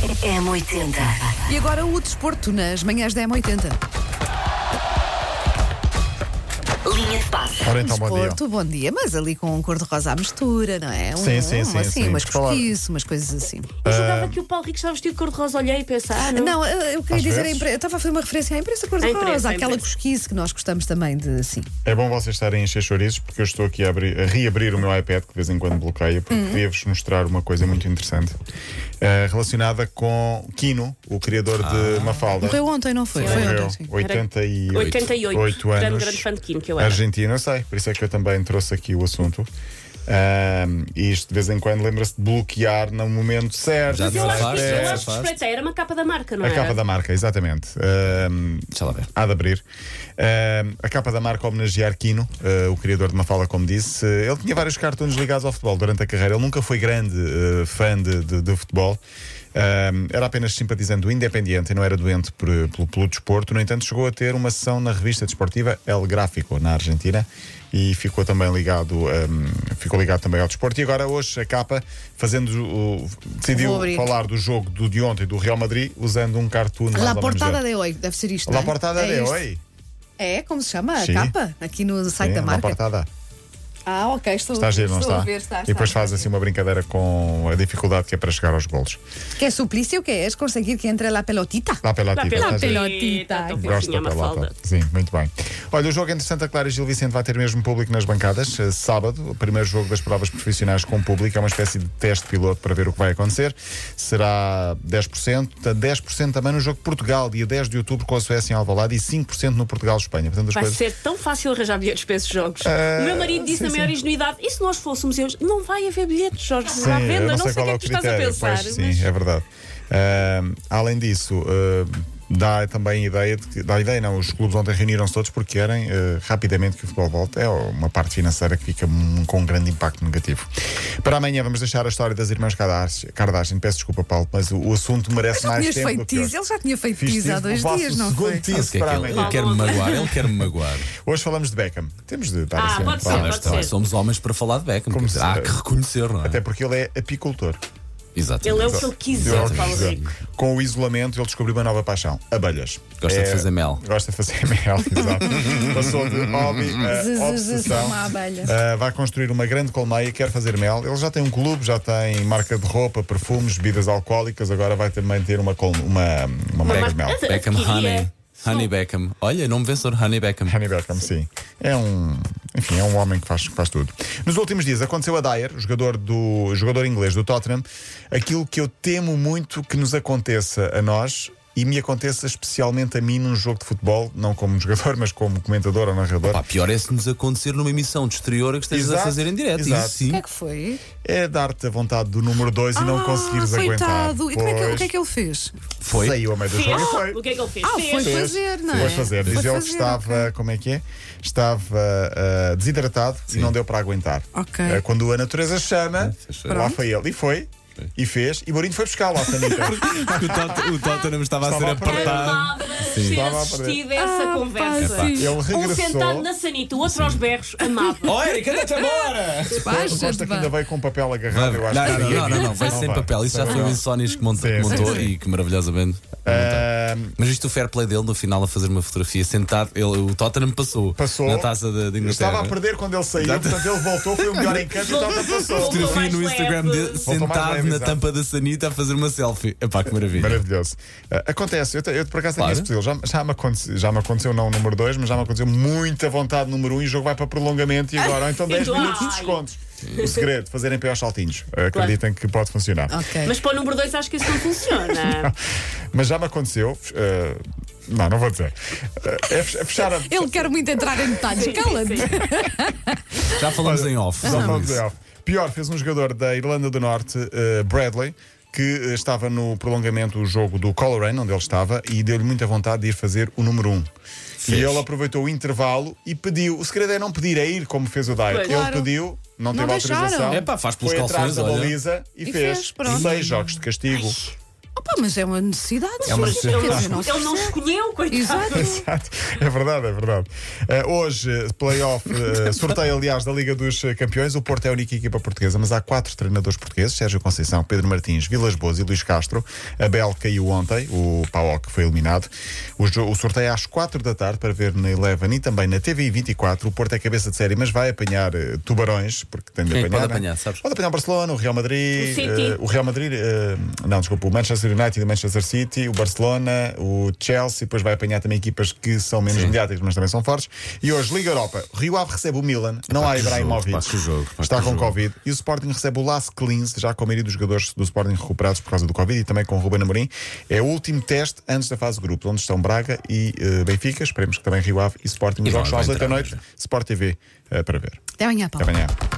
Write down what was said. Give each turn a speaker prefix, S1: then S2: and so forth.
S1: M80.
S2: E agora o desporto nas manhãs da M80.
S1: Linha de passe.
S3: Ora então, bom dia.
S2: desporto, bom dia, mas ali com um cor-de-rosa à mistura, não é? Um,
S3: Sim, sim,
S2: um,
S3: sim,
S2: assim,
S3: sim.
S2: umas
S3: Claro.
S2: cortiço, umas coisas assim.
S4: Eu julgava que o Paulo Rico estava vestido de cor-de-rosa, olhei e pensei, ah, não.
S2: Não, eu, eu queria
S3: Às
S2: dizer, a
S3: vezes.
S2: impre- eu estava a fazer uma referência à imprensa
S4: A imprensa,
S2: cor-de-rosa,
S4: a
S2: aquela
S4: imprensa.
S2: cosquice que nós gostamos também de, sim.
S3: É bom vocês estarem a encher chorizos porque eu estou aqui a, abrir- a reabrir o meu iPad que de vez em quando bloqueia porque queria-vos mostrar uma coisa muito interessante eh, relacionada com Kino, o criador
S5: Ah.
S3: de Mafalda.
S2: Foi ontem, não foi? Foi
S3: Morreu,
S2: ontem, sim.
S3: 88,
S4: 88.
S3: oito anos.
S4: Grande, grande fã de Kino que eu era.
S3: Argentina, eu sei, por isso é que eu também trouxe aqui o assunto. Ahm, e isto de vez em quando lembra-se de bloquear no momento certo. na
S5: Já
S4: Eu
S5: não
S3: hora
S4: acho,
S5: Afaste,
S4: eu
S3: certa.
S4: acho que
S5: afaste.
S4: espreitei, era uma capa da marca, não
S3: A
S4: era?
S3: capa da marca, exatamente. Ahm,
S5: Deixa lá ver.
S3: Há de abrir. Ahm, a capa da marca homenagear Kino, ah, o criador de Mafala, como disse. Ah, ele tinha vários cartoons ligados ao futebol durante a carreira. Ele nunca foi grande ah, fã de, de- de futebol. Ahm, era apenas simpatizante do Independiente e não era doente por- pelo, pelo desporto. No entanto, chegou a ter uma sessão na revista desportiva El Gráfico, na Argentina, e ficou também ligado, ahm, ficou ligado também ao desporto. E agora, hoje, a capa, fazendo o, decidiu
S2: Vou abrir.
S3: falar do jogo do de ontem do Real Madrid usando um cartoon. mais
S2: La
S3: ou menos
S2: Portada
S3: dele.
S2: de Hoy, deve ser isto.
S3: La
S2: não é?
S3: portada
S2: é
S3: de
S2: isto.
S3: hoje.
S2: É, como se chama?
S3: Sim.
S2: A capa? Aqui no site
S3: Sim,
S2: da
S3: La
S2: marca.
S3: portada.
S2: Ah, ok, estou,
S3: Está a giro, não
S2: estou
S3: está?
S2: a ver, está,
S3: e
S2: está,
S3: depois
S2: está
S3: faz
S2: a
S3: assim
S2: ver.
S3: uma brincadeira com a dificuldade que é para chegar aos golos.
S2: Que é suplício que és conseguir que entre a pelotita?
S3: Lá pela
S4: Lá
S3: ativa,
S4: pela
S3: está a giro.
S2: pelotita,
S4: tão
S3: Gosto
S4: fofinha,
S3: da
S4: uma
S3: pelota.
S4: falda.
S3: Sim, muito bem. Olha, o jogo entre Santa Clara e Gil Vicente vai ter mesmo público nas bancadas. eh, Sábado, o primeiro jogo das provas profissionais com público. É uma espécie de teste piloto para ver o que vai acontecer. Será 10%. tá 10% também no jogo de Portugal, dia 10 de outubro, com a Suécia em Alvalade e 5% no Portugal-Espanha. Portanto, as
S4: Vai
S3: coisas...
S4: ser tão fácil arranjar bilhetes para esses jogos. o meu marido disse
S3: sim,
S4: na maior
S3: sim.
S4: ingenuidade: e se nós fôssemos eles? Não vai haver bilhetes, Jorge,
S3: Sim,
S4: à
S3: eu
S4: venda, não sei, o
S3: qual
S4: que é que tu estás a
S3: critério.
S4: pensar.
S3: Pois,
S4: mas-
S3: Sim, é verdade. Ahm, além disso, ahm, dá também ideia de que, dá ideia, não, os clubes ontem reuniram-se todos porque querem eh, rapidamente que o futebol volte. É uma parte financeira que fica hum, com um grande impacto negativo. Para amanhã vamos deixar a história das irmãs Kardashian. Kardashian. Peço desculpa, Paulo, mas o, o assunto merece mais
S2: Tinhas
S3: tempo.
S2: feito
S3: do que hoje.
S2: tease, ele já tinha feito
S3: Fiz
S2: tease há
S3: tease,
S2: dois
S3: faço
S2: dias,
S3: o
S2: não
S3: segundo
S2: foi?
S3: tease
S5: Sabe o que é
S3: para
S5: que ele,
S3: amanhã.
S5: ele quer me magoar, ele quer me magoar.
S3: Hoje falamos de Beckham. Temos de dar
S4: Ah,
S3: assim um
S4: pode ser,
S3: palco.
S4: pode
S5: Mas
S4: ser.
S5: também somos homens para falar de Beckham.
S3: Como
S5: quer dizer,
S3: se-
S5: há que reconhecer, não é?
S3: Até porque ele é apicultor.
S4: Ele é
S5: Exatamente.
S4: o que ele
S3: Eu
S4: quiser,
S3: acho
S4: Paulo
S3: que
S4: Rico.
S3: sim. Com o isolamento, ele descobriu uma nova paixão: abelhas. É,
S5: Gosta de fazer mel.
S3: Gosta de fazer mel, exato. Passou de hobby a
S2: Zzzz, uma
S3: É, obsessão.
S2: abelha.
S3: Ah, vai construir uma grande colmeia, quer fazer mel. Ele já tem um clube, já tem marca de roupa, perfumes, bebidas alcoólicas. Agora vai também ter uma, col- uma, uma mega de
S4: marca-
S3: mel.
S5: Beckham
S4: Queria.
S5: Honey. Honey Beckham. Olha, nome vencedor Honey Beckham.
S3: Honey Beckham, sim. É um. Enfim, é um homem que faz, que faz tudo. Nos últimos dias aconteceu a Dyer, jogador, do, jogador inglês do Tottenham, aquilo que eu temo muito que nos aconteça a nós e me aconteça especialmente a mim num jogo de futebol, não como jogador, mas como comentador ou narrador.
S5: Pá, pior é se nos acontecer numa emissão de exterior que estejas
S3: Exato,
S5: a fazer em direto.
S3: exato.
S5: Isso
S2: O
S5: sim.
S2: que é que foi?
S3: É dar-te a vontade do número 2 e não
S2: Ah,
S3: conseguires aguentar.
S2: coitado. E como é que, o que é
S3: Pois,
S2: que ele fez?
S5: Foi.
S3: Saiu a meio do jogo e foi.
S4: Fez. O que é que ele fez?
S2: Ah, foi
S4: Fez.
S2: fazer, não é?
S3: Foi fazer. Diz
S2: Foi
S3: ele que
S2: fazer,
S3: estava, como é que é? Estava ah, desidratado e não deu para aguentar.
S2: Ok.
S3: Ah, quando a natureza chama,
S5: Sim,
S3: lá foi ele. E foi, e fez, e Mourinho foi buscá-lo à sanita.
S5: Porque o Tot- o Tottenham estava a ser
S3: é Estava a perder.
S5: apertado.
S4: Amava
S5: Sim.
S4: ter
S3: Estava a perder.
S4: assistido a essa
S2: Ah, pá,
S4: conversa.
S2: sim.
S3: ele
S4: Um sentado
S3: regressou.
S4: na sanita, o outro aos berros, amava.
S5: Oh, Erika, anda-te embora!
S2: Baixa
S3: Costa
S2: de
S3: que ainda
S2: ba-
S3: veio com papel agarrado, eu
S5: Não,
S3: acho que
S5: não,
S3: ninguém
S5: não, não,
S3: viu.
S5: não, vai sem
S3: vai.
S5: papel. Isso já foi o Insónias que monta-
S3: Sim,
S5: que
S3: sim,
S5: montou
S3: sim.
S5: e que maravilhosamente.
S3: Ah,
S5: Mas isto o fair play dele no final a fazer uma fotografia sentado, ele, o Tottenham passou,
S3: Passou.
S5: na taça da da Inglaterra.
S3: Estava a perder quando ele saiu, portanto ele voltou, foi o melhor encanto e estava passou.
S4: Voltou
S5: Fotografia
S4: mais
S5: no
S4: leve.
S5: Instagram dele
S3: Voltou mais
S5: sentado
S3: leve,
S5: na
S3: exato.
S5: tampa da sanita a fazer uma selfie. Epá, que maravilha.
S3: Maravilhoso. Ah, acontece, eu, te- eu por acaso tenho
S5: Claro.
S3: esse perfil. Já, já, me aconteceu, já me aconteceu, não o número 2, mas já me aconteceu muita vontade no número 1 um, e o jogo vai para prolongamento e agora, ou então 10
S4: Ai.
S3: minutos de descontos. O segredo, fazerem pé aos saltinhos. Ah, Acreditem que pode funcionar.
S2: Ok.
S4: Mas para o número 2 acho que isso não funciona.
S3: Mas já me aconteceu. eh, não, não vou dizer. Eh, é fech- é fechar a.
S2: Ele quer muito entrar em detalhes.
S4: Sim, sim,
S2: Cala-te.
S4: sim.
S5: Já falamos em off.
S3: Só
S5: sobre
S3: para
S5: isso.
S3: dizer algo. Pior, fez um jogador da Irlanda do Norte, eh, Bradley. Que eh, estava no prolongamento do jogo do Coleraine, onde ele estava, e deu-lhe muita vontade de ir fazer o número 1. Um. E ele aproveitou o intervalo e pediu. O segredo é não pedir, é ir, como fez o Dyer.
S4: Pois.
S3: Ele
S2: Claro.
S3: pediu, não,
S2: Não
S3: teve
S2: deixaram.
S3: autorização.
S5: Epá, faz pelos
S3: foi atrás
S5: calções,
S3: da
S5: olha.
S3: baliza e,
S2: E
S3: fez,
S2: fez, pronto.
S3: seis jogos de castigo.
S6: Opa, mas é uma necessidade.
S5: É uma
S6: Quer dizer,
S5: necessidade.
S6: não se
S4: Ele não
S6: percebe.
S4: escolheu, coitado.
S6: Exato.
S3: Exato. É verdade, é verdade. Eh, hoje, eh, playoff, eh, sorteio, aliás, da Liga dos eh, Campeões. O Porto é a única equipa portuguesa, mas há quatro treinadores portugueses: Sérgio Conceição, Pedro Martins, Vilas Boas e Luís Castro. A Bel caiu ontem, o PAOC foi eliminado. O, jo- o sorteio é às quatro da tarde para ver na Eleven e também na TVI 24. O Porto é cabeça de série, mas vai apanhar eh, tubarões, porque tem de
S5: Quem é que
S3: apanhar.
S5: pode
S3: né?
S5: apanhar, sabes?
S3: Pode apanhar o Barcelona, o Real Madrid,
S4: O City.
S3: eh, o Real Madrid, eh, não, desculpa, o Manchester United, o Manchester City, o Barcelona, o Chelsea, depois vai apanhar também equipas que são menos mediáticas, mas também são fortes. E hoje, Liga Europa, Rio Ave recebe o Milan, não há
S5: que
S3: Ibrahimovic,
S5: jogo, pá, que jogo, pá,
S3: está
S5: que
S3: com
S5: jogo.
S3: Covid, e o Sporting recebe o Las Klins, já com a maioria dos jogadores do Sporting recuperados por causa do Covid e também com o Ruben Amorim. É o último teste antes da fase de grupos, onde estão Braga e eh, Benfica, esperemos que também Rio Ave e Sporting. Os
S5: E
S3: jogos
S5: vai
S3: são às
S5: entrar
S3: 8 da noite,
S5: hoje.
S3: Sport TV, eh, para ver.
S6: Até amanhã, Paulo.
S3: Até amanhã.